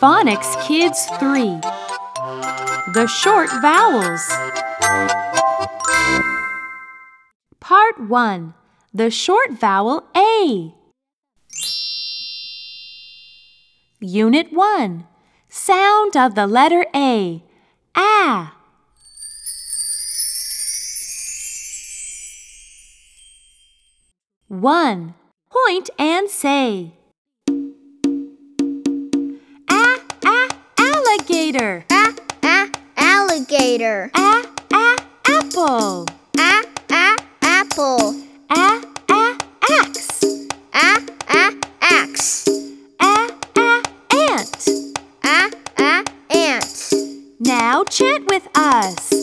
Phonics Kids 3 The Short Vowels Part 1 The Short Vowel A Unit 1 Sound of the letter A Ah One. Point and say. Ah, ah, alligator. Ah, ah, alligator. Ah, ah, apple. Ah, ah, apple. Ah, ah, axe. Ah, ah, axe. Ah, ah, ant. Ah, ah, ant. Now chant with us.